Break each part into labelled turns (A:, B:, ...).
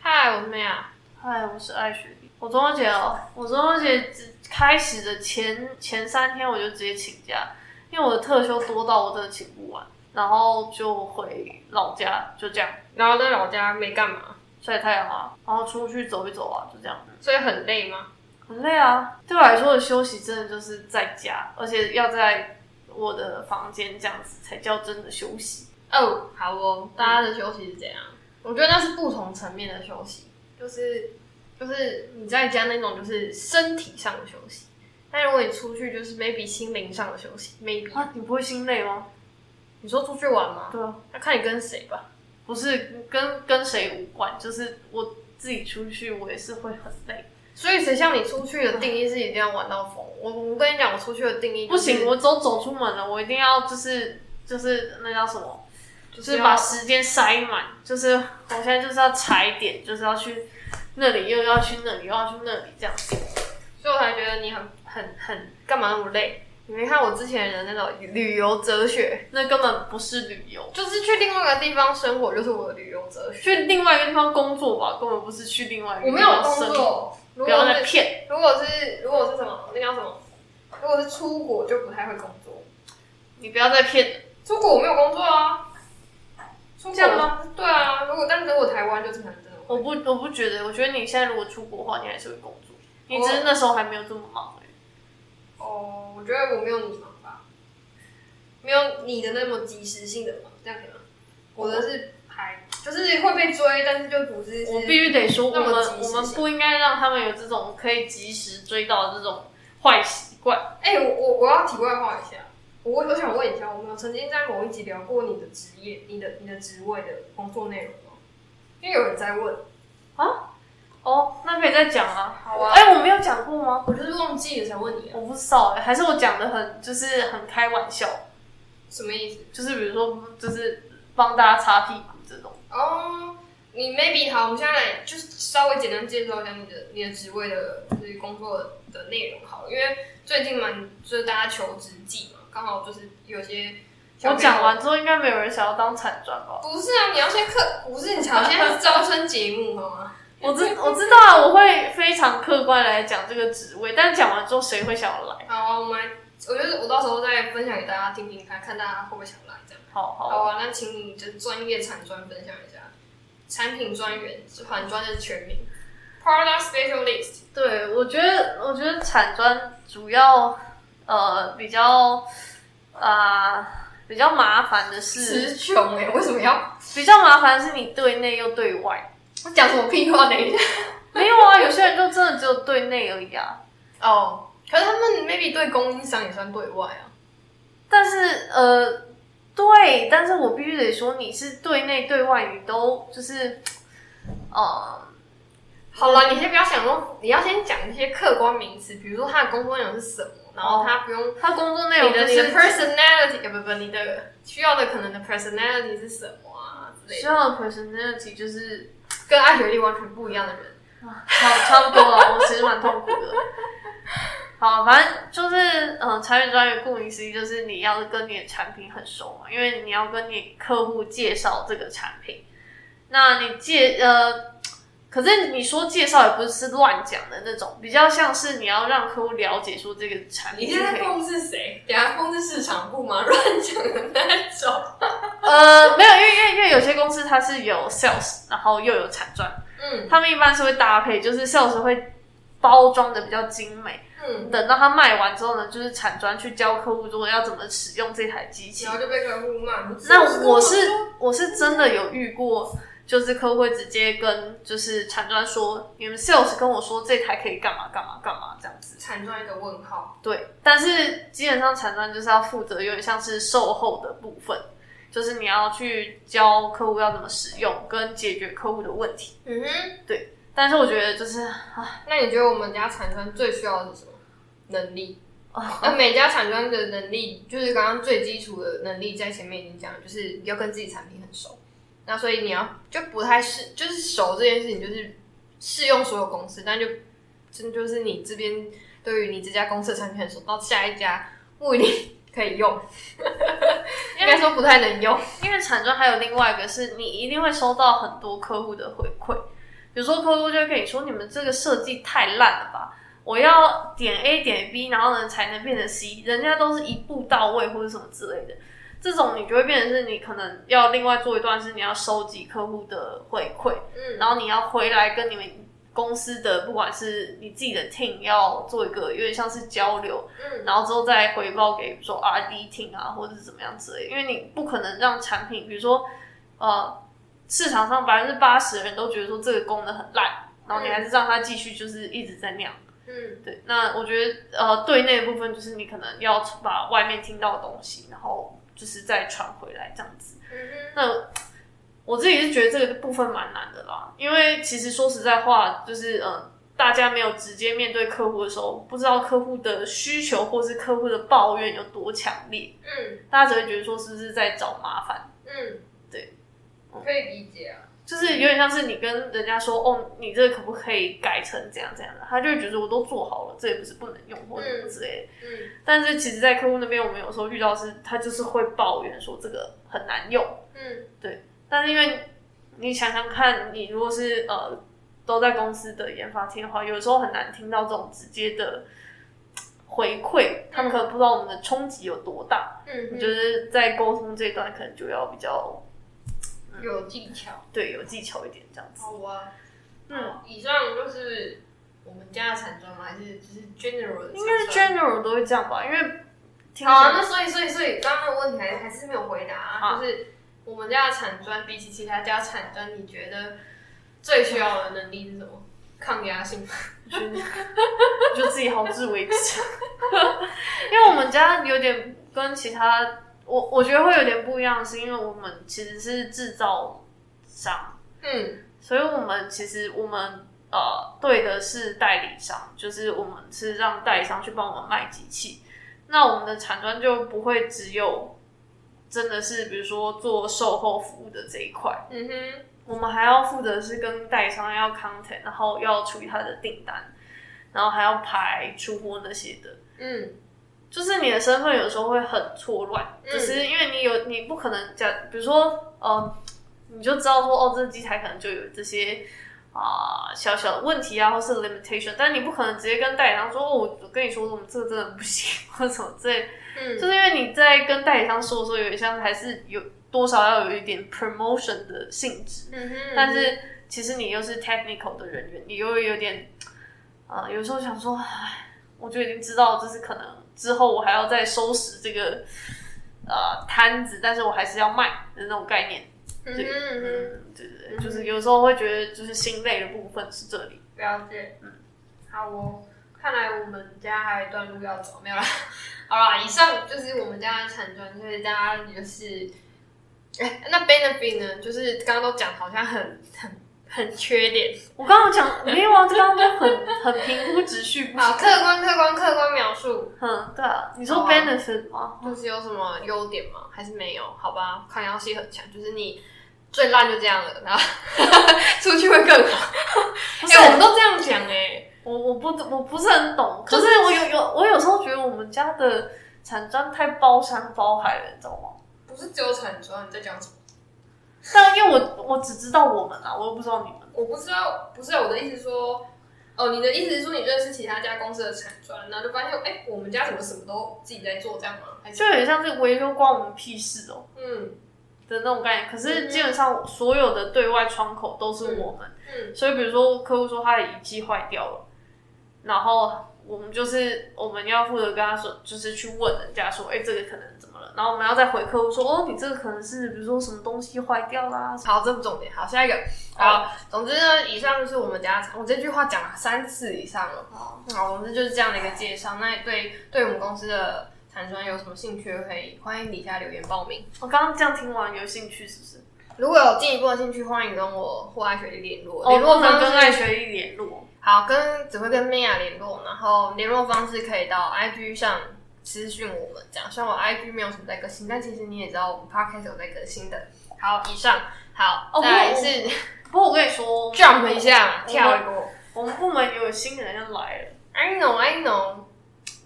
A: 嗨，哎我是爱雪莉。我中秋节哦，我中秋节只开始的前前三天我就直接请假，因为我的特休多到我真的请不完，然后就回老家，就这样
B: 然后在老家没干嘛，
A: 晒太阳啊，然后出去走一走啊，就这样。
B: 所以很累吗？
A: 很累啊，对我来说的休息真的就是在家，而且要在我的房间这样子才叫真的休息。
C: 哦，好哦，大家的休息是怎样？我觉得那是不同层面的休息，就是就是你在家那种就是身体上的休息，但如果你出去就是 maybe 心灵上的休息，maybe
A: 啊，你不会心累吗？
C: 你说出去玩吗？
A: 对啊，
C: 那看你跟谁吧。
A: 不是跟跟谁无关，就是我自己出去，我也是会很累。
C: 所以谁像你出去的定义是一定要玩到疯？我我跟你讲，我出去的定义、
A: 不行，
C: 我
A: 我走走出门了，我一定要就是就是那叫什么，
C: 就
A: 就是
C: 是
A: 把
C: 把
A: 时间塞满。就是我现在就是要踩点，就是要去那里，又要去那里，又要去那里，这样子。
C: 所以我才觉得你很很很干嘛那么累？你没看我之前的那种旅游哲学，
A: 那根本不是旅游，
C: 就是去另外一个地方生活，就是我的旅游哲学。
A: 去另外一个地方工作吧，根本不是去另外一个
C: 我
A: 地
C: 没有
A: 方生活。
C: 工作，如
A: 不要
C: 果
A: 再
C: 是
A: 骗。
C: 如果是如果是什么那叫什么？如果是出国就不太会工作，
A: 你不要再骗，
C: 出国我没有工作啊。出国
A: 这样吗？
C: 对啊，如果但是如果台湾就是可能真的
A: 我
C: 会，
A: 不，我不觉得。我觉得你现在如果出国的话，你还是会工作，你只是那时候还没有这么忙而已。
C: 哦，我觉得我没有你忙吧，没有你的那么及时性的忙，这样可以吗？我的是还就是会被追，但是就不是
A: 我必须得说，我
C: 那么
A: 们
C: 及
A: 我
C: 时
A: 们
C: 性
A: 不应该让他们有这种可以及时追到的这种坏习惯。
C: 哎、我我我要题外话一下，我我想问一下，我们有曾经在某一集聊过你的职业、你的你的职位的工作内容吗？因为有人在问，
A: 哦，那可以再讲啊。
C: 好啊
A: 哎、我没有讲过吗？
C: 我就是忘记了才问你啊，
A: 我不知道哎、还是我讲的很就是很开玩笑，
C: 什么意思？
A: 就是比如说就是帮大家擦屁股这种。
C: 哦、你 maybe 好，我们现在来就是稍微简单介绍一下你的你的职位的，就是工作的内容好了，因为最近蛮就是大家求职季嘛，刚好就是有些小
A: 我
C: 朋友
A: 讲完之后，应该没有人想要当惨砖吧？
C: 不是啊，你要先课不是你好，现在是招生节目好吗？
A: 我知我知道啊，我会非常客观来讲这个职位，但讲完之后谁会想要来？
C: 好啊，我们来，我觉得我到时候再分享给大家听听看，看大家会不会想来这样。
A: 好好，
C: 好啊，那请你的专业产专分享一下，产品专员，产专的全名，Product Specialist。
A: 对我觉得我觉得产专主要呃比较啊、比较麻烦的是，
C: 穷哎，为什么要？
A: 比较麻烦的是你对内又对外，
C: 我讲什么屁话？等一下。
A: 没有啊，有些人就真的只有对内而已啊。
C: 哦，可是他们 maybe 对供应商也算对外啊。
A: 但是呃，对，但是我必须得说，你是对内对外你都就是呃。
C: 好了，你先不要想哦说，你要先讲一些客观名词，比如说他的工作内容是什么，然后他不用
A: 他工作内容
C: 你
A: 就
C: 的
A: 是
C: 你的 personality，呃不不，你的需要的可能的 personality 是什么啊之类
A: 需
C: 的，
A: 要的 personality 就是
C: 跟爱学历完全不一样的人。
A: 差差不多了，我其实蛮痛苦的。好，反正就是嗯，产品专员顾名思义就是你要跟你的产品很熟嘛，因为你要跟你客户介绍这个产品。那你介呃，可是你说介绍也不是乱讲的那种，比较像是你要让客户了解说这个产品是可以
C: 讽刺谁？等下讽刺市场部吗？ 乱讲的那种。
A: 呃没有，因为因为因为有些公司它是有 sales，然后又有产专，
C: 嗯
A: 他们一般是会搭配，就是 sales 会包装的比较精美，
C: 嗯，
A: 等到他卖完之后呢，就是产专去教客户如果要怎么使用这台机器
C: 然。后就被客户骂。你
A: 那我是我是真的有遇过，就是客户会直接跟就是产专说，你们 sales 跟我说这台可以干嘛干嘛干嘛这样子。
C: 产生一个问号。
A: 对，但是基本上产专就是要负责有点像是售后的部分，就是你要去教客户要怎么使用跟解决客户的问题。
C: 嗯哼，
A: 但是我觉得就是
C: 那你觉得我们家产生最需要的是什么能力？
A: 啊，
C: 那每家产专的能力，就是刚刚最基础的能力，在前面已经讲了，就是要跟自己产品很熟。那所以你要就不太适，就是熟这件事情，就是适用所有公司，但就真就是你这边对于你这家公司的产品很熟，到下一家不一定 可以用，应该说不太能用。
A: 因为产专还有另外一个是你一定会收到很多客户的回馈，有时候客户就会跟你说，你们这个设计太烂了吧。我要点 A 点 B，然后呢才能变成 C，人家都是一步到位或者什么之类的，这种你就会变成是你可能要另外做一段是你要收集客户的回馈，
C: 嗯，
A: 然后你要回来跟你们公司的不管是你自己的 team 要做一个有点像是交流，
C: 嗯，
A: 然后之后再回报给比如说 R D team 啊，或者是怎么样之类的，因为你不可能让产品，比如说呃市场上百分之八十的人都觉得说这个功能很烂，然后你还是让它继续就是一直在那样。
C: 嗯，
A: 对，那我觉得呃对内的部分就是你可能要把外面听到的东西，然后就是再传回来这样子。
C: 嗯
A: 那我自己是觉得这个部分蛮难的啦，因为其实说实在话，就是嗯、呃大家没有直接面对客户的时候，不知道客户的需求或是客户的抱怨有多强烈，
C: 嗯
A: 大家只会觉得说是不是在找麻烦，
C: 嗯，
A: 对，
C: 可以理解啊，
A: 就是有点像是你跟人家说哦，你这个可不可以改成怎样怎样的，他就会觉得我都做好了，这也不是不能用或者什么之类的。
C: 嗯
A: 但是其实，在客户那边，我们有时候遇到是，他就是会抱怨说这个很难用。
C: 嗯
A: 但是因为你想想看，你如果是呃都在公司的研发厅的话，有时候很难听到这种直接的嘖回馈，他们可能不知道我们的冲击有多大。
C: 嗯，
A: 我觉得在沟通这一段，可能就要比较嗯
C: 有技巧，
A: 对有技巧一点这样子。
C: 好啊，
A: 嗯，
C: 好，以上就是我们家的产妆吗？还是就是 general 的？
A: 应该是。general 都会这样吧，因为听起
C: 好啊，
A: 来
C: 那所以所以所以刚刚的问题还还是没有回答、啊，就是我们家的产专比起其他家产专，你觉得最需要的能力是什么？抗压性。
A: 就自己好自为之。 因为我们家有点跟其他我我觉得会有点不一样，是因为我们其实是制造商，
C: 嗯
A: 所以我们其实我们呃对的是代理商，就是我们是让代理商去帮我们卖机器。那我们的产专就不会只有真的是比如说做售后服务的这一块，
C: 嗯哼，
A: 我们还要负责是跟代理商要 content，然后要处理他的订单，然后还要排出货那些的。
C: 嗯
A: 就是你的身份有时候会很错乱，
C: 嗯
A: 就是因为你有你不可能假，比如说呃，你就知道说哦，这机台可能就有这些啊、小小的问题啊，或是 limitation，但你不可能直接跟代理商说哦，我我跟你说我们这个真的不行或者什么之类，
C: 嗯，
A: 就是因为你在跟代理商说的时候，有点像还是有多少要有一点 promotion 的性质，
C: 嗯哼，
A: 但是其实你又是 technical 的人员，你又会有点，呃，有时候想说，唉，我就已经知道，就是可能之后我还要再收拾这个呃摊子，但是我还是要卖的那种概念。
C: 嗯
A: 对，
C: 哼嗯
A: 嗯，对对对，就是有时候会觉得就是心累的部分是这里。
C: 哼，了解。嗯好哦，看来我们家还有一段路要走，没有啦。 好啦，以上就是我们家的产专，所以大家就是，哎，那 benefit 呢？就是刚刚都讲，好像很很很缺点。
A: 我刚刚讲没有啊，这刚刚都很 很平铺直叙，不是
C: 好，客观客观客观描述，
A: 嗯，对啊，你说
C: 哦
A: benefit 吗？
C: 就是有什么优点吗？还是没有？好吧，抗压性很强，就是你最烂就这样了，然后 出去会更好。
A: 不
C: 哎、我们都这样讲哎、
A: 我我不我不是很懂，可是我有有我有时候觉得我们家的产砖太包山包海了，你知道吗？
C: 不是只有产妆，你在讲什么？
A: 但因为我我只知道我们啊，我又不知道你们。
C: 我不知道，不是啊我的意思说，哦，你的意思是说你认识其他家公司的产妆，然后就发现哎、我们家怎么什么都自己在做这样吗？还是
A: 就有点像是维修关我们屁事哦
C: 嗯
A: 的那种概念。可是基本上所有的对外窗口都是我们，
C: 嗯
A: 所以比如说客户说他的仪器坏掉了，然后我们就是我们要负责跟他说，就是去问人家说，哎、这个可能怎么了？然后我们要再回客户说，哦，你这个可能是比如说什么东西坏掉啦、
C: 好，这不重点。好，下一个。好，总之呢，以上就是我们家，我这句话讲了三次以上了。
A: 哦
C: 好，总之就是这样的一个介绍。那对对我们公司的产专有什么兴趣，可以欢迎底下留言报名。
A: 我刚刚这样听完有兴趣是不是？
C: 如果有进一步的兴趣，欢迎跟我或爱学弟联络。
A: 哦，
C: 联络
A: 不能
C: 方式
A: 跟爱学历联络。
C: 好，跟只会跟 Mia 联络，然后联络方式可以到 IG 上私讯我们。这样，虽然我 IG 没有什么在更新，但其实你也知道我们 Podcast 有在更新的。好，以上好，
A: 哦
C: 再来
A: 不
C: 是
A: 不过我跟你说
C: jump 一下，跳一波。
A: 我们部门有新人要来了，
C: I know, I know.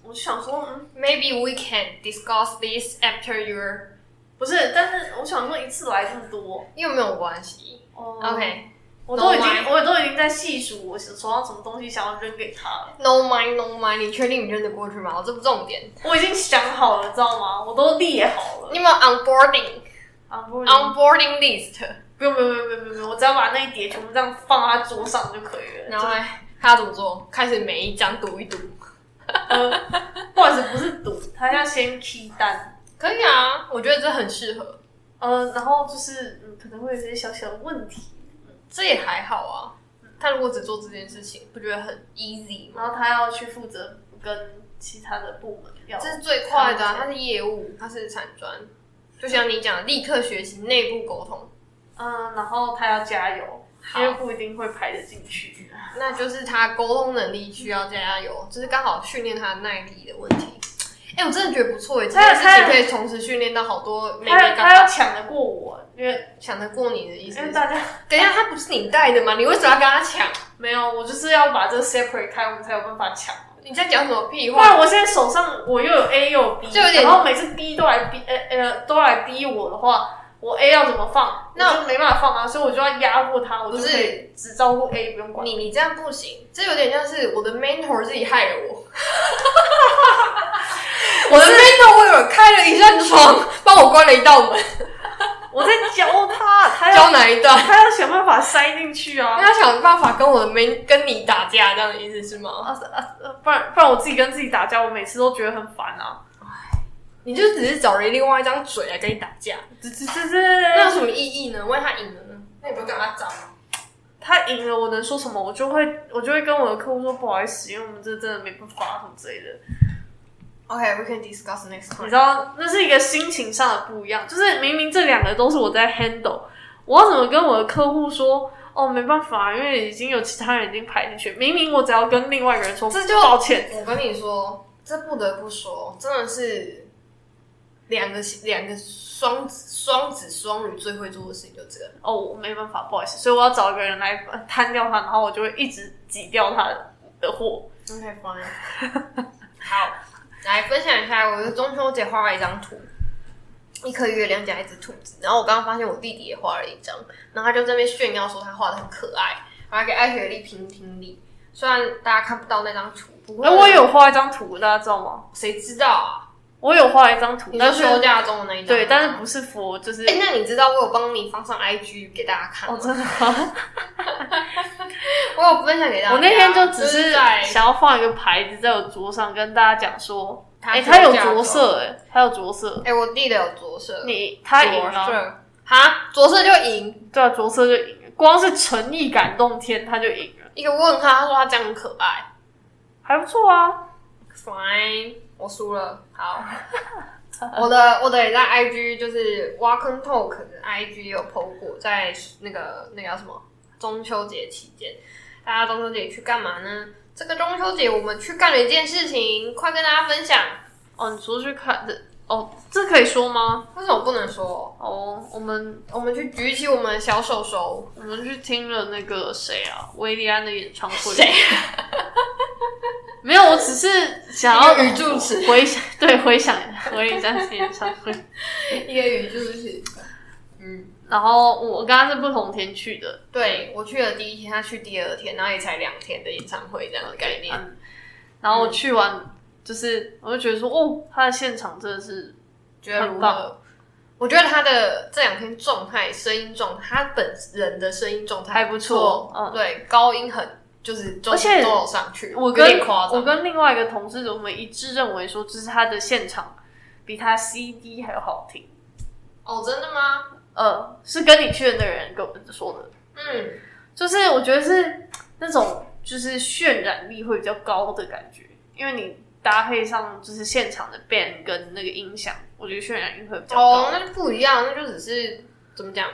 A: 我就想说，嗯，
C: Maybe we can discuss this after your
A: 不是，但是我想说一次来这么多，
C: 又没有关系。
A: 哦
C: OK，
A: 我我都已
C: No
A: 经
C: mind
A: 我都已经在细数我手上什么东西想要扔给他了，
C: No mind, no mind，你确定你认得过去吗？这不重点。
A: 我已经想好了，知道吗？我都列好了。
C: 你有没有 onboarding
A: 啊，不用
C: onboarding list？
A: 不用不用不用不用不用，我只要把那一叠全部这样放他桌上就可以了。
C: 然后嘞他怎么做？开始每一张读一读。
A: 呃不好意思，不是赌，他要先 key 单，
C: 可以啊，我觉得这很适合，
A: 呃，然后就是嗯，可能会有一些小小的问题，
C: 这也还好啊。他如果只做这件事情，不觉得很 easy 吗？
A: 然后他要去负责跟其他的部门要
C: 这是最快的、啊，
A: 嗯
C: 它是业务，它是产专，就像你讲的，立刻学习内部沟通，
A: 嗯，然后他要加油，
C: 好
A: 因为不一定会排得进去。
C: 那就是他沟通能力需要加油，就是刚好训练他的耐力的问题。哎、我真的觉得不错哎，这
A: 他
C: 件事
A: 有
C: 情可以同时训练到好多美美
A: 他
C: 嘎
A: 他要
C: 嘎，
A: 抢得过我，因为
C: 抢得过你的意思
A: 因为
C: 是。
A: 大家
C: 等一下，他不是你带的吗？你为什么要跟他抢？
A: 没有，我就是要把这个 separate 开，我们才有办法抢。
C: 你在讲什么屁
A: 不
C: 话？
A: 然我现在手上我又有 A 又有 B，
C: 就有点
A: 然后每次 B 都来逼呃呃都来逼我的话，我 A 要怎么放？
C: 那
A: 我就没办法放啊，所以我就要压过他，我就
C: 不是
A: 可以只照顾 A 不用管。
C: 你你这样不行，这有点像是我的 mentor 自己害了 我。我的 mentor 为我开了一扇窗，帮我关了一道门，
A: 我在教他，他
C: 教
A: 要
C: 哪一道？
A: 他要想办法塞进去啊，
C: 他想办法跟我的 men 跟你打架，这样的意思是吗？
A: 啊啊啊不然不然我自己跟自己打架，我每次都觉得很烦啊。
C: 你就只是找了另外一张嘴来跟你打架，
A: 这这这这，
C: 那有什么意义呢？万一他赢了呢？那你不跟他找吗？
A: 他赢了，我能说什么？我就会我就会跟我的客户说不好意思，因为我们这真的没办法什么之类的。
C: OK，we、can discuss next
A: 你
C: time。
A: 知道，那是一个心情上的不一样。就是明明这两个都是我在 handle，我要怎么跟我的客户说？哦，没办法，因为已经有其他人已经排进去。明明我只要跟另外一个人说，
C: 这就
A: 抱歉。
C: 我跟你说，这不得不说，真的是两个两个双子双子双鱼最会做的事情就这个。
A: 哦，我没办法，不好意思，所以我要找一个人来呃摊掉他，然后我就会一直挤掉他的货。
C: OK fine。好， 来分享一下我的中秋节画了一张图，一颗月亮加一只兔子。然后我刚刚发现我弟弟也画了一张，然后他就在那边炫耀说他画的很可爱，然后还给艾雪莉评评理。虽然大家看不到那张图，不过
A: 哎、我有画一张图，大家知道吗？
C: 谁知道啊？
A: 我有画一张图，
C: 你
A: 但
C: 是
A: 是
C: 休假中的那一张吗，
A: 对，但是不是佛，就是、
C: 哎、那你知道我有帮你放上 IG 给大家看
A: 哦，
C: 吗？
A: 真的吗？
C: 我有分享给大家。
A: 我那天啊就只
C: 是
A: 是
C: 在
A: 想要放一个牌子在我桌上，跟大家讲说，
C: 他
A: 哎、
C: 休假
A: 他有呃着
C: 中
A: 色、哎，他有着色，
C: 哎、我弟的有着色，
A: 你他赢
C: 着
A: 了，
C: 色哈，着色就赢。
A: 对啊，着色就赢了，光是诚意感动天他就赢了，
C: 一个问号，他说他这样很可爱。
A: 还不错啊。
C: Fine，我输了。 好，我的我的也在 IG 就是 Walk and Talk 的 IG 有 PO 过，在那个那个叫什么中秋节期间，大家中秋节去干嘛呢？这个中秋节我们去干了一件事情，快跟大家分享。
A: 哦，你出去看这哦，这可以说吗？
C: 为什么不能说？
A: 哦，我们
C: 我们去举起我们的小手手，
A: 我们去听了那个谁啊，维利安的演唱会。
C: 谁
A: 没有，我只是想要
C: 一个语助词
A: 回想，对，回想维利安的演唱 会。
C: 一个语就是，嗯，
A: 然后我跟他是不同天去的，
C: 对我去了第一天，他去第二天，然后也才两天的演唱会这样的概念。
A: 嗯，然后我去完，就是我就觉得说，哦，他的现场真的是，
C: 觉得如
A: 很
C: 何
A: 棒？
C: 我觉得他的这两天状态、声音状态，他本人的声音状态
A: 还不错嗯
C: 对，高音很就是中
A: 而且
C: 都有上去，
A: 我
C: 有
A: 跟
C: 点夸
A: 我
C: 张。
A: 跟另外一个同事，我们一致认为说，就是他的现场比他 CD 还要好听。
C: 哦，真的吗？
A: 呃，是跟你去的那个人跟我们说的，
C: 嗯，
A: 就是我觉得是那种就是渲染力会比较高的感觉，因为你搭配上就是现场的 band 跟那个音响，我觉得渲染力会比较高。
C: 哦，那就不一样，那就只是怎么讲，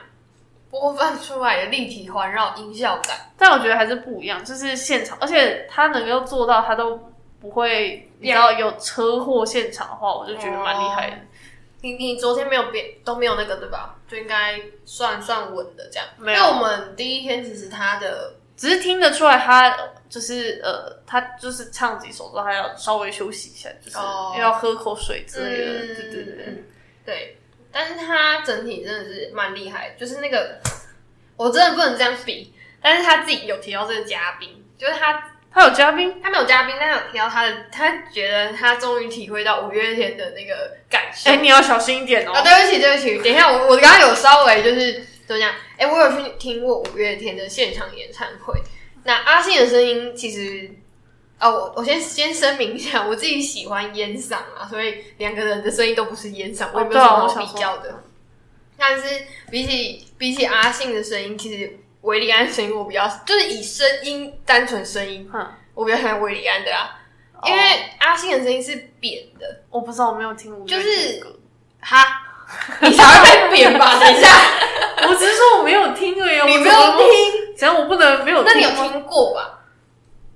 C: 播放出来的立体环绕音效感，
A: 但我觉得还是不一样，就是现场，而且他能够做到，他都不会，你知道有车祸现场的话，我就觉得蛮厉害的。
C: 哦你你昨天没有变都没有那个对吧？就应该算算稳的这样。
A: 没有
C: 因为我们第一天其实他的
A: 只是听得出来他，就是呃，他就是唱几首之后，他要稍微休息一下，就是
C: 哦
A: 要喝口水之类的。
C: 嗯
A: 对对对，
C: 对，但是他整体真的是蛮厉害，就是那个我真的不能这样比，但是他自己有提到这个嘉宾，就是他
A: 他有嘉宾，
C: 他没有嘉宾，但他有提到他的，他觉得他终于体会到五月天的那个感受。
A: 哎、你要小心一点哦、
C: 啊，对不起，对不起，等一下，我我刚刚有稍微就是怎么讲？哎、我有去听过五月天的现场演唱会。那阿信的声音其实，哦，我我先先声明一下，我自己喜欢烟嗓啊，所以两个人的声音都不是烟嗓，我也没有
A: 哦对
C: 什
A: 啊
C: 么
A: 我
C: 好
A: 想
C: 比较的。但是比起比起阿信的声音，其实维里安的声音我比较，就是以声音单纯声音，
A: 哼
C: 我比较喜欢维里安的啦，因为
A: 哦
C: 阿信的声音是扁的，
A: 我不知道，我没有听五月天的歌，
C: 哈，你才会被扁吧？等一下。
A: 我只是说我没有听而已。哦
C: 你
A: 我
C: 没有
A: 怎么
C: 听？
A: 只要我不能没有
C: 那你有
A: 吗
C: 听过吧？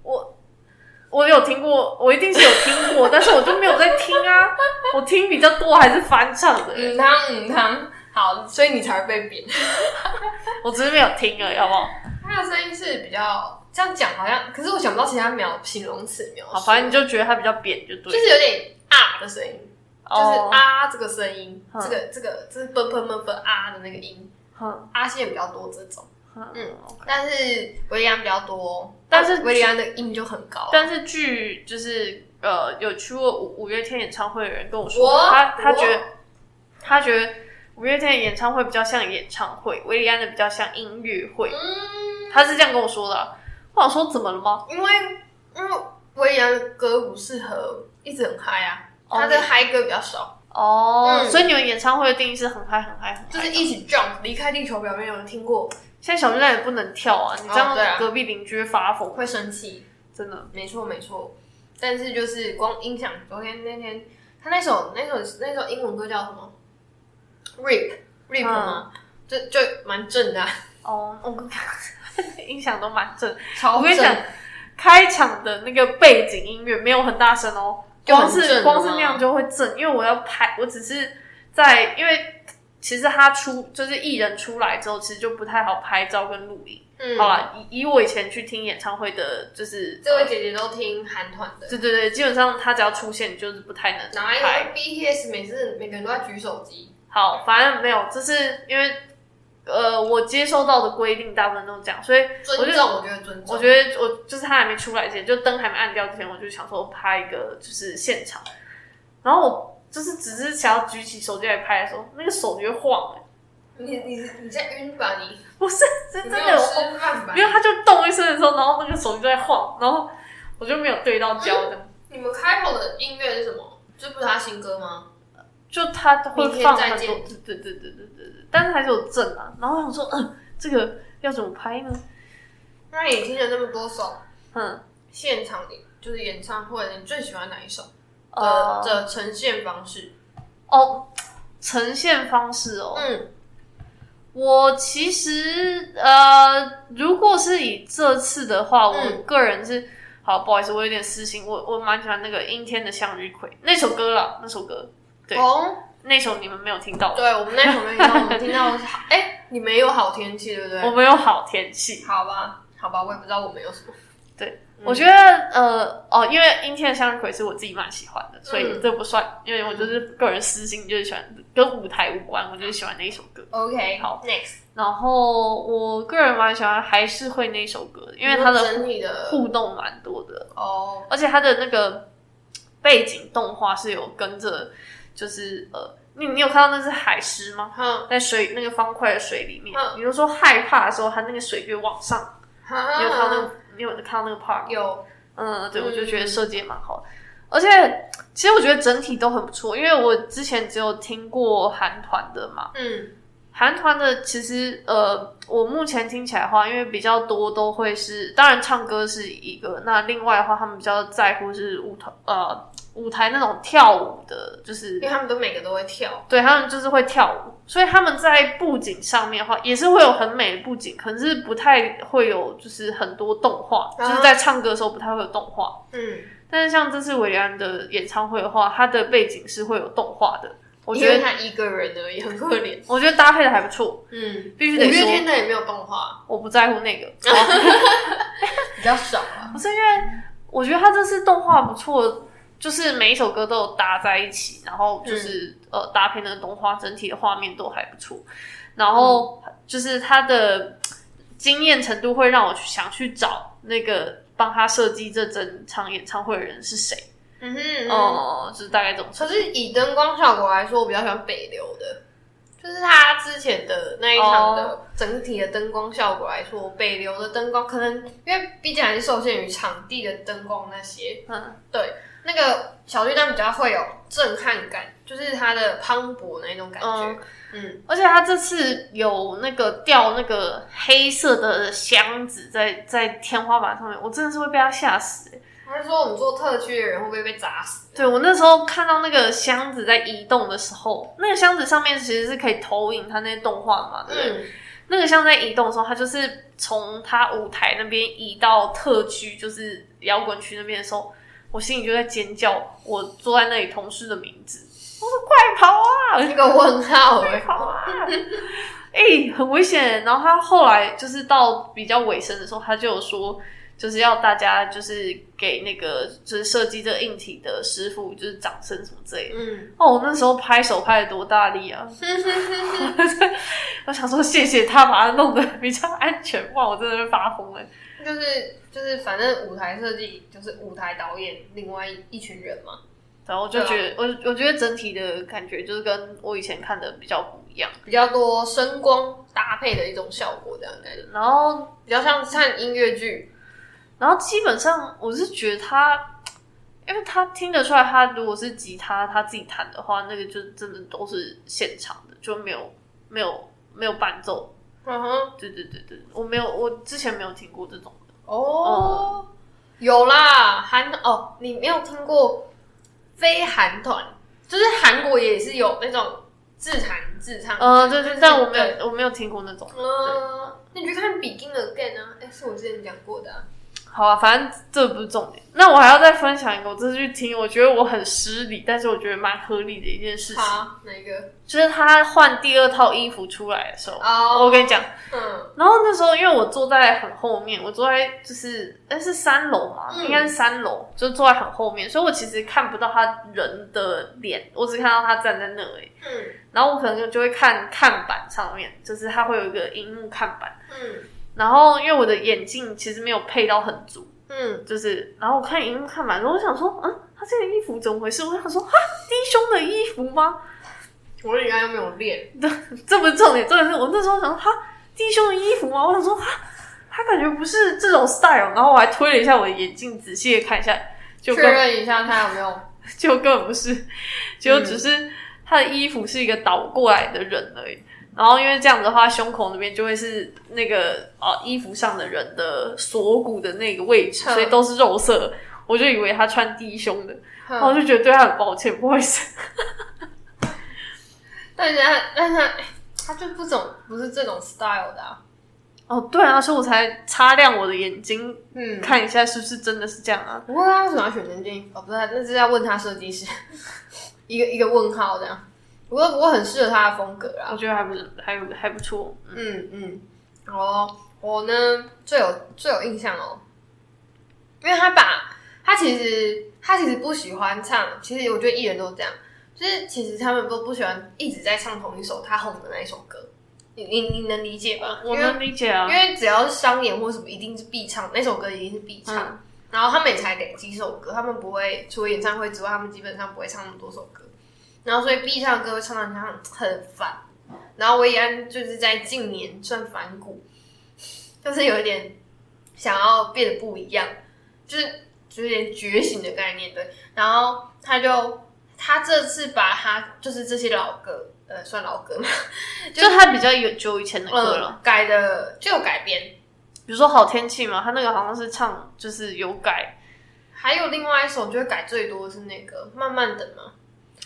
A: 我我有听过，我一定是有听过，但是我就没有在听 啊。我听比较多还是翻唱的、
C: 嗯汤嗯汤，好，所以你才会被扁。
A: 我只是没有听而已，好不好？
C: 他的声音是比较这样讲，好像，可是我想不到其他描形容词描述，
A: 好，反正你就觉得它比较扁就对
C: 就
A: 了，
C: 是有点啊的声音，
A: 哦
C: 就是，啊这个声音，
A: 嗯
C: 这个这个这是啵啵啵啵啊的那个音，
A: 哼
C: 阿信也比较多这种，
A: 哼
C: 嗯
A: OK
C: 但是维利安比较多，
A: 但是
C: 维利安的音就很高。
A: 但是据就是呃有去过五五月天演唱会的人跟我说，
C: 我
A: 他他
C: 我
A: 觉得他觉得五月天的演唱会比较像演唱会，维里安的比较像音乐会，
C: 嗯，
A: 他是这样跟我说的啊、我想说怎么了吗？
C: 因为因为维利安的歌不适合一直很嗨啊，
A: 哦
C: 他的嗨歌比较少。
A: 哦，
C: 嗯
A: 所以你们演唱会的定义是很嗨很嗨很嗨，
C: 就是一起 jump 离开地球表面，有人听过
A: 现在小巨蛋也不能跳啊，你这
C: 哦对啊
A: 样隔壁邻居会发疯，
C: 会生气，
A: 真的。
C: 没错没错。但是就是光音响，昨天那天他那首那首那首英文歌叫什么？Rip
A: 嗯
C: Rip 吗？就就蛮正的、啊，
A: 哦， 我跟音响都蛮正，
C: 超
A: 我跟你讲
C: 正。
A: 开场的那个背景音乐没有很大声哦，
C: 就很
A: 光是、
C: 震了吗
A: 光是那样就会震，因为我要拍，我只是在因为其实他出就是艺人出来之后，其实就不太好拍照跟录影。
C: 嗯，
A: 好，啦，以以我以前去听演唱会的，就是
C: 这位
A: 呃
C: 姐姐都听韩团的，
A: 对对对，基本上他只要出现，就是不太能
C: 哪
A: 拍。
C: 有 BTS 每次每个人都在举手机？
A: 好，反正没有，就是因为呃，我接收到的规定大部分都这样，所以
C: 尊
A: 我就
C: 重，我觉得尊重。
A: 我觉得我就是他还没出来之前，就灯还没暗掉之前，我就想说拍一个就是现场，然后我就是只是想要举起手机来拍的时候，那个手就会晃、欸，
C: 你你你在晕吧你？
A: 不是是
C: 你
A: 真
C: 没
A: 的
C: 有
A: 有哦
C: 吃饭吧
A: 没？有，他就动一声的时候，然后那个手机就在晃，然后我就没有对到焦的，
C: 你们开头的音乐是什么？这不是他新歌吗？
A: 就他会
C: 明天
A: 放
C: 再
A: 很多，对
C: 见
A: 对对对对对对，但是还是有震啊，然后我想说，嗯，这个要怎么拍呢？
C: 那你听了那么多首
A: 嗯，
C: 现场的，就是演唱会，你最喜欢哪一首的、
A: 呃，
C: 的呈现方式？
A: 哦，呈现方式哦，
C: 嗯，
A: 我其实呃，如果是以这次的话，我
C: 嗯
A: 个人是、好，不好意思，我有点私心，我我蛮喜欢那个阴天的向日葵那首歌啦，那首歌对
C: 哦，
A: 那首你们没有听到，
C: 对，我们那首没听到，我们听到的是好，哎、你没有好天气，对不对？
A: 我们有好天气。
C: 好吧，好吧，我也不知道我们有什么。嗯
A: 我觉得呃哦，因为阴天的向日葵是我自己蛮喜欢的，所以
C: 嗯
A: 这不算，因为我就是个人私心，就是喜欢跟舞台无关，我就是喜欢那一首歌。
C: OK，
A: 好
C: ，Next，
A: 然后我个人蛮喜欢还是会那首歌的，因为它
C: 你
A: 的
C: 说整体的
A: 互动蛮多的，
C: 哦，
A: 而且它的那个背景动画是有跟着，就是呃，你你有看到那是海狮吗？
C: 哼
A: 在水那个方块的水里面，
C: 嗯
A: 你就说害怕的时候，它那个水就往上。
C: 哼，
A: 你有看到那个？你有看到那个 part？吗
C: 有，
A: 嗯，对，
C: 嗯
A: 我就觉得设计也蛮好的。而且其实我觉得整体都很不错，因为我之前只有听过韩团的嘛，
C: 嗯
A: 韩团的其实呃，我目前听起来的话，因为比较多都会是，当然唱歌是一个，那另外的话，他们比较在乎是舞团呃舞台那种跳舞的，就是
C: 因为他们都每个都会跳，
A: 对他们就是会跳舞，所以他们在布景上面的话，也是会有很美的布景，可是不太会有就是很多动画，
C: 啊
A: 就是在唱歌的时候不太会有动画。
C: 嗯，
A: 但是像这次韦礼安的演唱会的话，他的背景是会有动画的，我
C: 我
A: 觉得
C: 他一个人而已，很可怜，
A: 我觉得搭配的还不错，
C: 嗯，
A: 必
C: 五
A: 须得
C: 月
A: 说。
C: 天的也没有动画，
A: 我不在乎那个，
C: 比较少啊，
A: 不是因为我觉得他这次动画不错，就是每一首歌都有搭在一起，然后就是、呃搭配那个动画，整体的画面都还不错。然后就是它的经验程度会让我去想去找那个帮他设计这整场演唱会的人是谁。
C: 嗯哼，哦、
A: 哦、就是大概这种程
C: 可
A: 度。
C: 是以灯光效果来说，我比较喜欢北流的，就是他之前的那一场的整体的灯光效果来说，北流的灯光可能因为毕竟还是受限于场地的灯光那些，
A: 嗯，
C: 对，那个小巨蛋比较会有震撼感，就是它的磅礴那一种感觉
A: 嗯，
C: 嗯，
A: 而且他这次有那个吊那个黑色的箱子在在天花板上面，我真的是会被他吓死、欸
C: 他是说我们做特区的人会不会被砸死？
A: 对我那时候看到那个箱子在移动的时候，那个箱子上面其实是可以投影它那些动画的嘛，对不对？
C: 嗯，
A: 那个像在移动的时候，它就是从它舞台那边移到特区，就是摇滚区那边的时候，我心里就在尖叫，我坐在那里同事的名字，我说快跑啊，
C: 那个问号哎、
A: 跑啊！哎、很危险。然后他后来就是到比较尾声的时候，他就有说，就是要大家就是给那个就是设计这个硬体的师傅就是掌声什么之类的。
C: 嗯，
A: 哦，我那时候拍手拍的多大力啊！ 我想说谢谢他把它弄得比较安全，不然我真的会发疯欸了。
C: 就是就是，反正舞台设计就是舞台导演另外一一群人嘛，
A: 然后我就觉得，我我觉得整体的感觉就是跟我以前看的比较不一样。
C: 比较多声光搭配的一种效果，这样感觉
A: 然后，
C: 比较像看音乐剧。
A: 然后基本上我是觉得他，因为他听得出来，他如果是吉他他自己弹的话，那个就真的都是现场的，就没有没有没有伴奏。
C: 嗯哼，
A: 对对对对，我没有，我之前没有听过这种的。
C: 哦，有啦，韩哦，你没有听过非韩团，就是韩国也是有那种自弹自唱。
A: 呃，对对，但我没
C: 啊对。
A: 有我没有听过那种。
C: 嗯，那你去看《Begin Again》啊，哎，是我之前讲过的、啊。
A: 好啊，反正这不是重点。那我还要再分享一个，我这次去听，我觉得我很失礼，但是我觉得蛮合理的一件事情，
C: 好，哪一个？
A: 就是他换第二套衣服出来的时候，
C: 哦
A: 我跟你讲，
C: 嗯
A: 然后那时候因为我坐在很后面，我坐在就是那是三楼嘛，
C: 嗯
A: 应该是三楼，就坐在很后面，所以我其实看不到他人的脸，我只看到他站在那里。
C: 嗯
A: 然后我可能就就会看看板上面，就是它会有一个荧幕看板，
C: 嗯
A: 然后因为我的眼镜其实没有配到很足，
C: 嗯，
A: 就是，然后我看荧幕看完之后，我想说，嗯，他这个衣服怎么回事？我想说，哈，低胸的衣服吗？
C: 我应该又没有练。
A: 这不是重点，重点是我那时候想说，哈，低胸的衣服吗？我想说，哈，他感觉不是这种 style。然后我还推了一下我的眼镜，仔细的看一下，就
C: 确
A: 根
C: 认一下他有没有。
A: 就根本不是，就只是他的衣服是一个倒过来的人而已。然后因为这样子的话，胸口那边就会是那个啊衣服上的人的锁骨的那个位置，
C: 嗯
A: 所以都是肉色。我就以为他穿低胸的，然后我
C: 嗯
A: 就觉得对他很抱歉，不好意思。
C: 但是他，但是他，哎他就不总不是这种 style 的、啊。
A: 哦，对啊，所以我才擦亮我的眼睛
C: 嗯，
A: 看一下是不是真的是这样啊。
C: 不过他为什么要选成这件衣服？哦，不是，那是要问他设计师， 一个一个问号这样。不过不过很适合他的风格啊啦
A: 我。觉得还不是，还有还不错。嗯
C: 嗯嗯，哦，我呢最有最有印象哦，因为他把他其实他其实不喜欢唱，其实我觉得艺人都这样，就是其实他们都不喜欢一直在唱同一首他红的那一首歌，你你你能理解吧？
A: 我
C: 因为
A: 能理解啊
C: 因。为只要是商演或什么，一定是必唱那首歌，一定是必唱。
A: 嗯
C: 然后他们也才得几首歌，他们不会除了演唱会之外，他们基本上不会唱那么多首歌。然后所以必唱的歌会唱到你好像很烦。然后维也安就是在近年算反骨，就是有一点想要变得不一样，就是就是有点觉醒的概念对。然后他就他这次把他就是这些老歌，呃，算老歌嘛，
A: 就他比较有久以前的歌了，
C: 呃，改的就有改编，
A: 比如说《好天气》嘛，他那个好像是唱就是有改
C: 还有另外一首，我觉得改最多的是那个《慢慢的》嘛，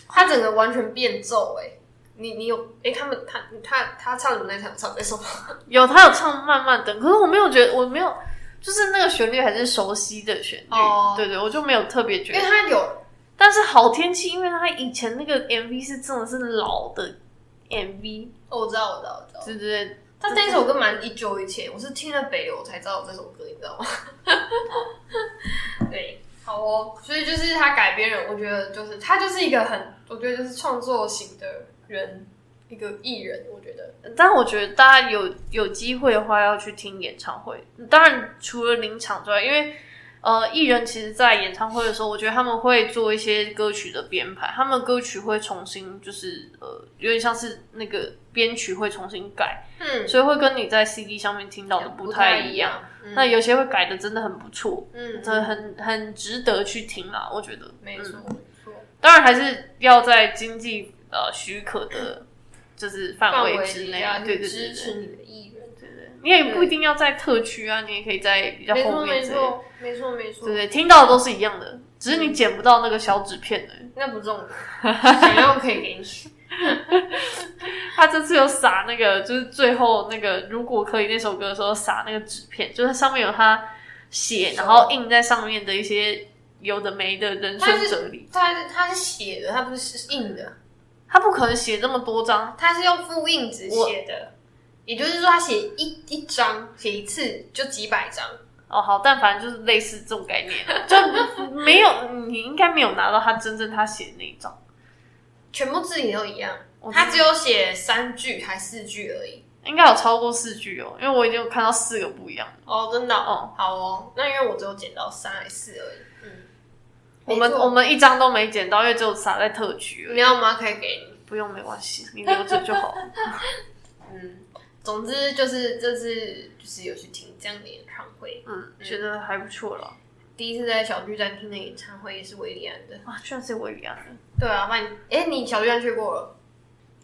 C: 它整个完全变奏哎、你你有哎、他们他他他唱你们那场唱那首吗？
A: 有，他有唱《慢慢等》，可是我没有觉得，我没有，就是那个旋律还是熟悉的旋律，
C: 哦
A: 对对，我就没有特别觉
C: 因为
A: 得。
C: 他有
A: 但是《好天气》，因为他以前那个 MV 是真的是老的 MV，
C: 哦，我知道我知道我知道，
A: 对对对，
C: 他那首歌蛮一久以前，我是听了北流才知道有这首歌，你知 道吗？对，好哦，所以就是他改编人，我觉得就是他就是一个很，我觉得就是创作型的人，一个艺人，我觉得
A: 但我觉得大家有有机会的话，要去听演唱会。当然，除了临场之外，因为呃，艺人其实，在演唱会的时候，我觉得他们会做一些歌曲的编排，他们歌曲会重新就是呃，有点像是那个编曲会重新改，
C: 嗯
A: 所以会跟你在 CD 上面听到的不太一样。。
C: 嗯
A: 那有些会改的真的很不错，
C: 嗯
A: 真的很很值得去听啦，我觉得。
C: 没错没错，
A: 当然还是要在经济呃许可的，就是范
C: 范
A: 围
C: 围
A: 之
C: 里
A: 内啊
C: 要，
A: 对
C: 去
A: 对
C: 支
A: 对对
C: 持。你的艺人，
A: 对对，你也不
C: 对
A: 一定要在特区啊，你也可以在比较
C: 没
A: 后
C: 错没
A: 面之类的，
C: 错没错没
A: 对
C: 错
A: 不，对？听到的都是一样的，只是你捡不到那个小纸片而已。
C: 那不重 要，想要可以给你。
A: 他这次有撒那个，就是最后那个如果可以那首歌的时候撒那个纸片，就是上面有他写，
C: 啊
A: 然后印在上面的一些有的没的人生哲理。
C: 他是他是写的，他不是印的，
A: 他不可能写这么多张，
C: 他是用复印纸写的，也就是说他写一一张写一次就几百张，
A: 哦，好，但反正就是类似这种概念，啊就没有你应该没有拿到他真正他写的那一张。
C: 全部字体都一样
A: 我，
C: 他只有写三句还四句而已。
A: 应该有超过四句哦，因为我已经有看到四个不一样的。
C: 哦，真的
A: 哦
C: 哦，好哦，那因为我只有捡到三还四而已，嗯，
A: 我们
C: 没错
A: 我们一张都没捡到，因为只有撒在特区而
C: 你要吗？可以给你，
A: 已。不用没关系，你留着就 好。
C: 嗯，总之就是这次就是有去听这样的演唱会，
A: 嗯，觉得还不错了。
C: 第一次在小巨蛋听的演唱会也是维利安的，
A: 哇，啊居然是维里安的
C: 对啊，那你哎、你小巨蛋去过了。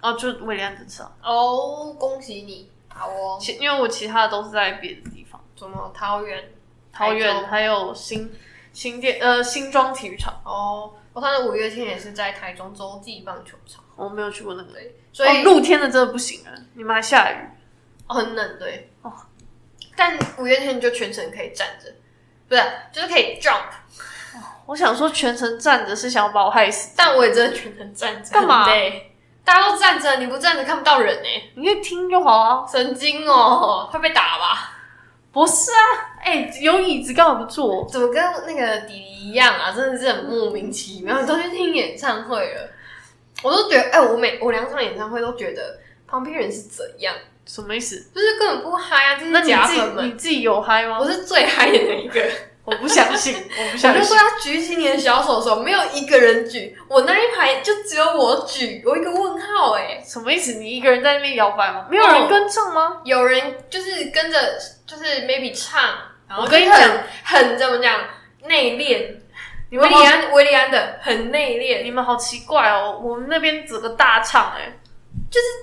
A: 哦，就维里安这次啊，
C: 哦，恭喜你！好哦，
A: 其因为我其他的都是在别的地方，
C: 什么桃园？
A: 桃
C: 台
A: 园
C: 中
A: 还有新新店呃新庄体育场，
C: 哦，我上次五月天也是在台中洲际棒球场，
A: 我没有去过那个。
C: 对，所
A: 哦，
C: 以、
A: 露天的真的不行啊，你们还下雨。
C: 哦很冷，对。
A: 哦
C: 哦，但五月天就全程可以站着，不是，就是可以 jump，
A: 我想说全程站着是想要把我害死，
C: 但我也真的全程站着，
A: 干嘛
C: 很累大家都站着，你不站着看不到人呢、
A: 你可以听就好啊。
C: 神经哦，会被打吧？
A: 不是啊，哎、有椅子干嘛不坐？
C: 怎么跟那个迪迪一样啊？真的是很莫名其妙，都去听演唱会了，我都觉得，哎、我每我两场演唱会都觉得旁边人是怎样。
A: 什么意思？
C: 就是根本不嗨啊，这
A: 那
C: 些
A: 你
C: 假
A: 自
C: 粉
A: 己你
C: 们。
A: 自己有嗨吗？
C: 我是最嗨的那一个，
A: 我不相信，我不
C: 我
A: 相
C: 就
A: 信
C: 说。要举起你的小手手，没有一个人举，我那一排就只有我举，我一个问号哎、
A: 什么意思？你一个人在那边摇摆吗？没有人跟上吗？
C: 有人就是跟着，就是 maybe 唱，然后
A: 我跟你
C: 就是很
A: 讲，
C: 很怎么讲内敛，
A: 你
C: 维
A: 们好
C: 利，安维利安的很内敛，
A: 你们好奇怪哦！我们那边整个大唱哎、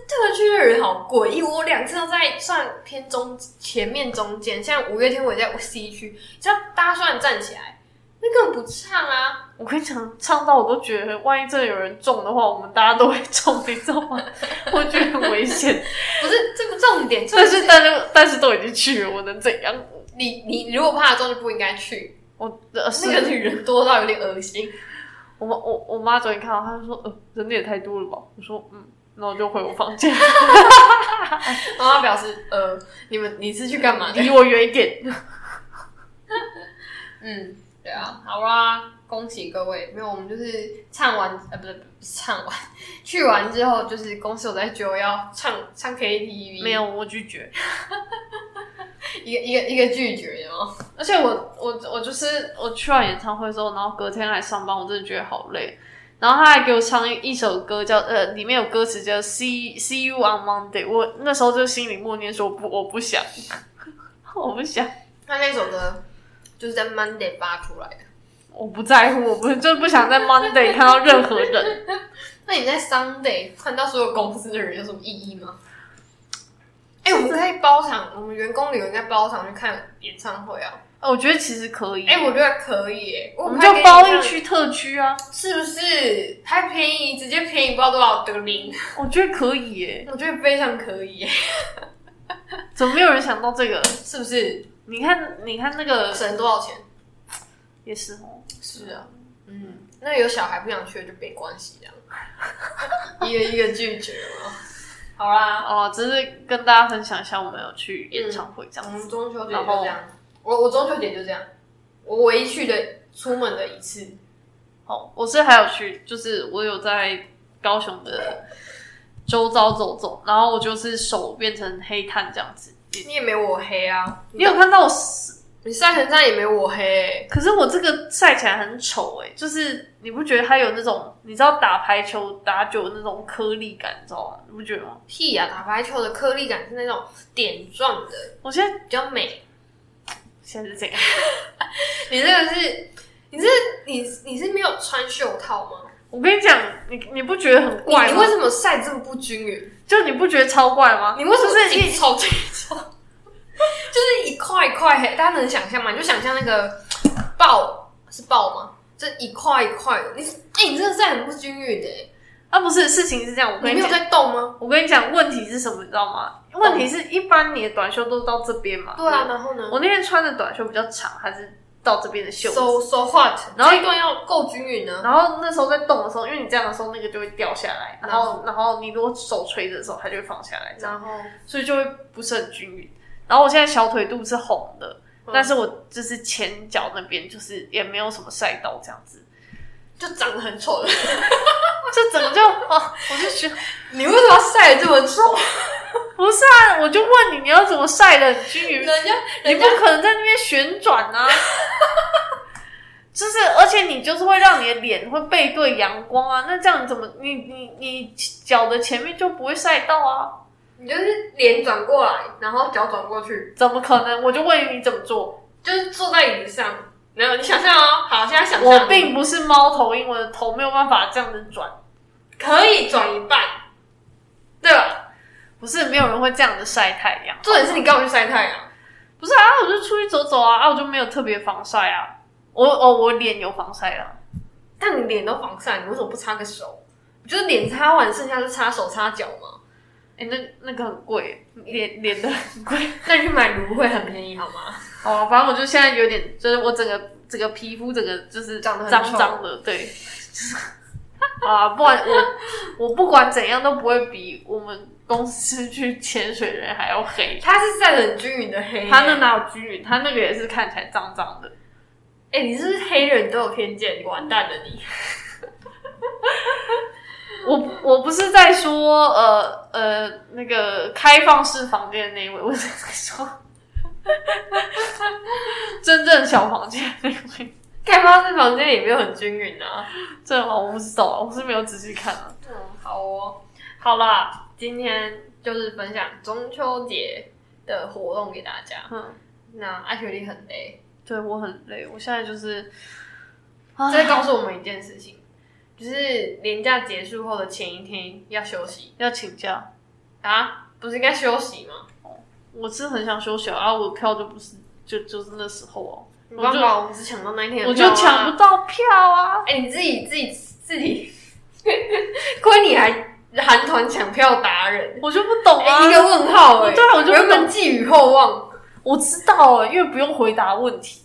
C: 特区的人好诡异，我两次都在算偏中前面中间，像五月天我也在 C 区，只要大家突然站起来，那根本不唱啊。
A: 我跟你讲，唱到我都觉得，万一真的有人中的话，我们大家都会中，你知道 吗？我觉得很危 险。
C: 不是这不重点， 就
A: 但
C: 是
A: 是，但是，但是都已经去了，我能怎样？
C: 你你如果怕重就不应该去，
A: 我呃，是
C: 那个女人多到有点恶心。
A: 我妈我我妈昨天看到，她就说，呃，人也太多了吧？我说，嗯，那我就回我房 间，
C: 然后她表示，呃，你们你是去干嘛的
A: 离？我远一点。
C: 嗯，对啊，好啦，恭喜各位，没有我们就是唱完，呃，不是不是唱完，去完之后就是公司有在揪要唱唱 KTV，
A: 没有，我拒绝。
C: 一个一个一个拒绝哦。
A: 而且我我我就是我去完演唱会之后，然后隔天来上班，我真的觉得好累。然后他还给我唱一一首歌叫呃，里面有歌词叫《See See You on Monday》，我那时候就心里默念说不，我不想， 我不想，
C: 那那首歌就是在 Monday 发出来的。
A: 我不在乎，我不就不想在 Monday 看到任何人。
C: 那你在 Sunday 看到所有公司的人有什么意义吗？哎、我们可以包场，我们员工旅游应该包场去看演唱会啊！
A: 呃我觉得其实可以，
C: 哎、我觉得可以、欸，
A: 嗯我
C: 我
A: 们就包一，区特区啊，
C: 是不是？还便宜，直接便宜不知道多少得零，
A: 我觉得可以耶。
C: 我觉得非常可以、欸，
A: 怎么没有人想到这个？
C: 是不是？呃
A: 你看，你看那个
C: 省多少钱？
A: 也是哦，
C: 是啊，嗯，那有小孩不想去的就没关系 啊，一个一个拒绝嘛。好啦，
A: 好哦了，只是跟大家分享一下我们有去演唱会这
C: 我
A: 样
C: 们
A: 子。
C: 中秋节
A: 然
C: 就
A: 后
C: 这样，我我中秋节就这样，我唯一去的出门的一次。
A: 好，我是还有去，就是我有在高雄的周遭走走，然后我就是手变成黑炭这样子。你
C: 你也没我黑啊，
A: 你有看到我死？
C: 你晒成这样也没我黑、欸
A: 可是我这个晒起来很丑哎、就是你不觉得它有那种你知道打排球打久的那种颗粒感，你知道吗？你不觉得吗？
C: 屁呀、打排球的颗粒感是那种点状的，
A: 我现在
C: 比较美。
A: 现在是这样，
C: 你这个是，你这你你是没有穿袖套吗？
A: 我跟你讲，你你不觉得很
C: 你
A: 怪
C: 你为
A: 吗？
C: 什么晒这么不均匀？
A: 就你不觉得超怪吗？
C: 你为什么
A: 就是
C: 紧
A: 一
C: 凑紧凑？ 就是一块一块黑，大家能想象吗？你就想象那个爆是爆吗？这一块一块的，你哎、你真的晒很不均匀的、欸
A: 啊，不是事情是这样，我
C: 你没
A: 跟你
C: 有
A: 讲，
C: 在动吗？
A: 我跟你讲，问题是什么，你知道吗？问题是一般你的短袖都到这边嘛，
C: 对啊，，然后呢？
A: 我那天穿的短袖比较长，还是到这边的袖子。
C: 手手 what？
A: 然后
C: 这一段要够均匀啊呢。
A: 然后那时候在动的时候，因为你这样的时候，那个就会掉下来。然后，然后你如果手垂着的时候，它就会放下来，这样，
C: 然后
A: 所以就会不是很均匀。然后我现在小腿肚是红的，
C: 嗯
A: 但是我就是前脚那边就是也没有什么晒到，这样子，
C: 就长得很丑了。
A: 这怎么就啊？我就觉得
C: 你为什么要晒得这么丑？
A: 不是啊，我就问你，你要怎么晒的很均 匀？
C: 人家
A: 你
C: 人
A: 不
C: 家
A: 可能在那边旋转啊！ 就是，而且你就是会让你的脸会背对阳光啊，那这样你怎么你你你脚的前面就不会晒到啊？
C: 你就是脸转过来，然后脚转过去，
A: 怎么可能？我就问你怎么做，
C: 就是坐在椅子上。没有，你想象哦。好，现在想象
A: 我并不是猫头鹰，我的头没有办法这样子转，
C: 可以转一半，对吧？
A: 不是没有人会这样子晒太阳。
C: 重点是你干嘛去晒太阳？
A: 不是啊，我就出去走走啊，啊，我就没有特别防晒啊。我哦，我脸有防晒啊啦，
C: 但你脸都防晒，你为什么不擦个手？你就是脸擦完，剩下就擦手擦脚嘛。
A: 哎、那那个很贵，脸脸的很贵。
C: 那你去买芦荟很便宜好吗？
A: 哦，反正我就现在有点，就是我整个整个皮肤整个就是
C: 长得
A: 脏
C: 很丑
A: 脏的，对， 就是啊，不管我我不管怎样都不会比我们公司去潜水的人还要黑。
C: 它是晒得很均匀的黑、
A: 他那哪有均匀？他那个也是看起来脏脏的。
C: 哎、你是不是黑人？你都有偏见，你完蛋了你！
A: 我我不是在说呃呃那个开放式房间的那一位，我是在说 真正小房间的那位。
C: 开发式房间也没有很均匀啊。
A: 这吗？我不知道啊，我是没有仔细看啊。
C: 嗯，好哦，好啦，今天就是分享中秋节的活动给大家。
A: 嗯。
C: 那艾雪莉很累，
A: 对我很累，我现在就是，
C: 这告诉我们一件事情，就是年假结束后的前一天要休息
A: 要请假。
C: 啊，不是应该休息吗？
A: 我是很想休息啊，我票就不是就就是那时候哦、
C: 你
A: 我
C: 刚
A: 就
C: 好我们只抢到啊那一天、
A: 我就抢不。到票啊。
C: 哎、你自己自己自己， 亏你还韩团抢票达人，
A: 我就不懂啊，
C: 哎、一个问号哎、
A: 对啊我就不懂
C: 原本寄予厚望，
A: 我知道啊，因为不用回答问题，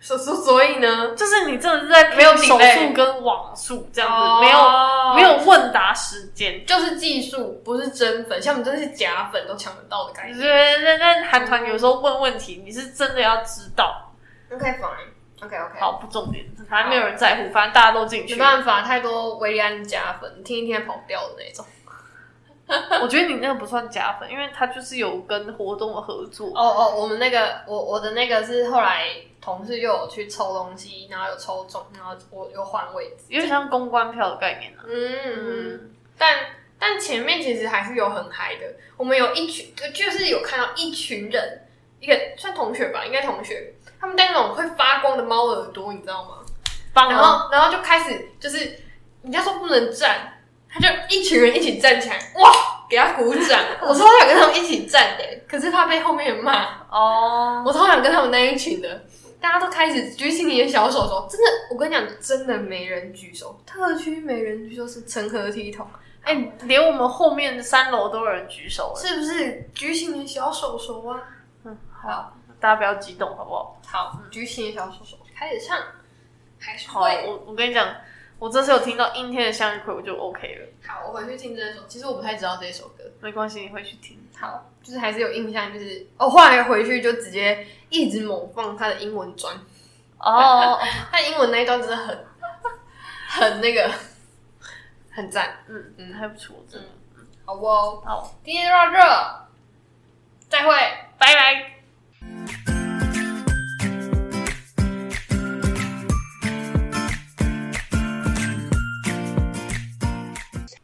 C: 所所所以呢，
A: 就是你真的是在拼
C: 没有哦
A: 手
C: delay
A: 速跟网速这
C: 这
A: 样子，
C: 样子
A: 没
C: 没有、
A: 有
C: 没
A: 没
C: 有
A: 有问答时间。
C: 就是技术，不是真粉，像我们真的是假粉都抢得到的概
A: 就是
C: 念。
A: 那那韩团有时候问问题，你是真的要知道。
C: OK fine。OK OK，
A: 好，不重点，反正没有人在乎，反正大家都进
C: 没
A: 去。
C: 办法，太多维利安假粉，听一听跑掉的那种。
A: 我觉得你那个不算加分，因为他就是有跟活动的合作。
C: 哦哦，我们那个我我的那个是后来同事又有去抽东西，然后有抽中，然后我又换位置。
A: 有点像公关票的概念啊。
C: 嗯，
A: 嗯，
C: 但但前面其实还是有很嗨的，我们有一群就就是有看到一群人，一个算同学吧，应该同学，他们戴那种会发光的猫耳朵，你知道吗？
A: 帮
C: 然
A: 忙
C: 后然后就开始就是人家说不能站，他就一群人一起站起来，哇，给他鼓掌。我超想跟他们一起站的，可是怕被后面人骂。
A: 哦，
C: 我超想跟他们那一群的，大家都开始举起你的小手手，真的，我跟你讲，真的没人举手，特区没人举手是成何体统？
A: 哎、连我们后面三楼都有人举手了。
C: 是不是举起你的小手手啊？
A: 嗯，
C: 好
A: 大家不要激动，好不好？
C: 好，举起你的小手手，开始唱，还是
A: 好，
C: 会。
A: 我我跟你讲，我这次有听到阴天的向日葵，我就 OK 了，
C: 好，我回去听这首，其实我不太知道这首歌。
A: 没关系，你会去听。
C: 好，就是还是有印象，就是哦，后来回去就直接一直猛放他的英文专，
A: 哦，
C: 他英文那一段真的很 很那个，很赞。
A: 嗯嗯嗯，还不错，真的。
C: 好哦，
A: 好，
C: 今天就到这，再会。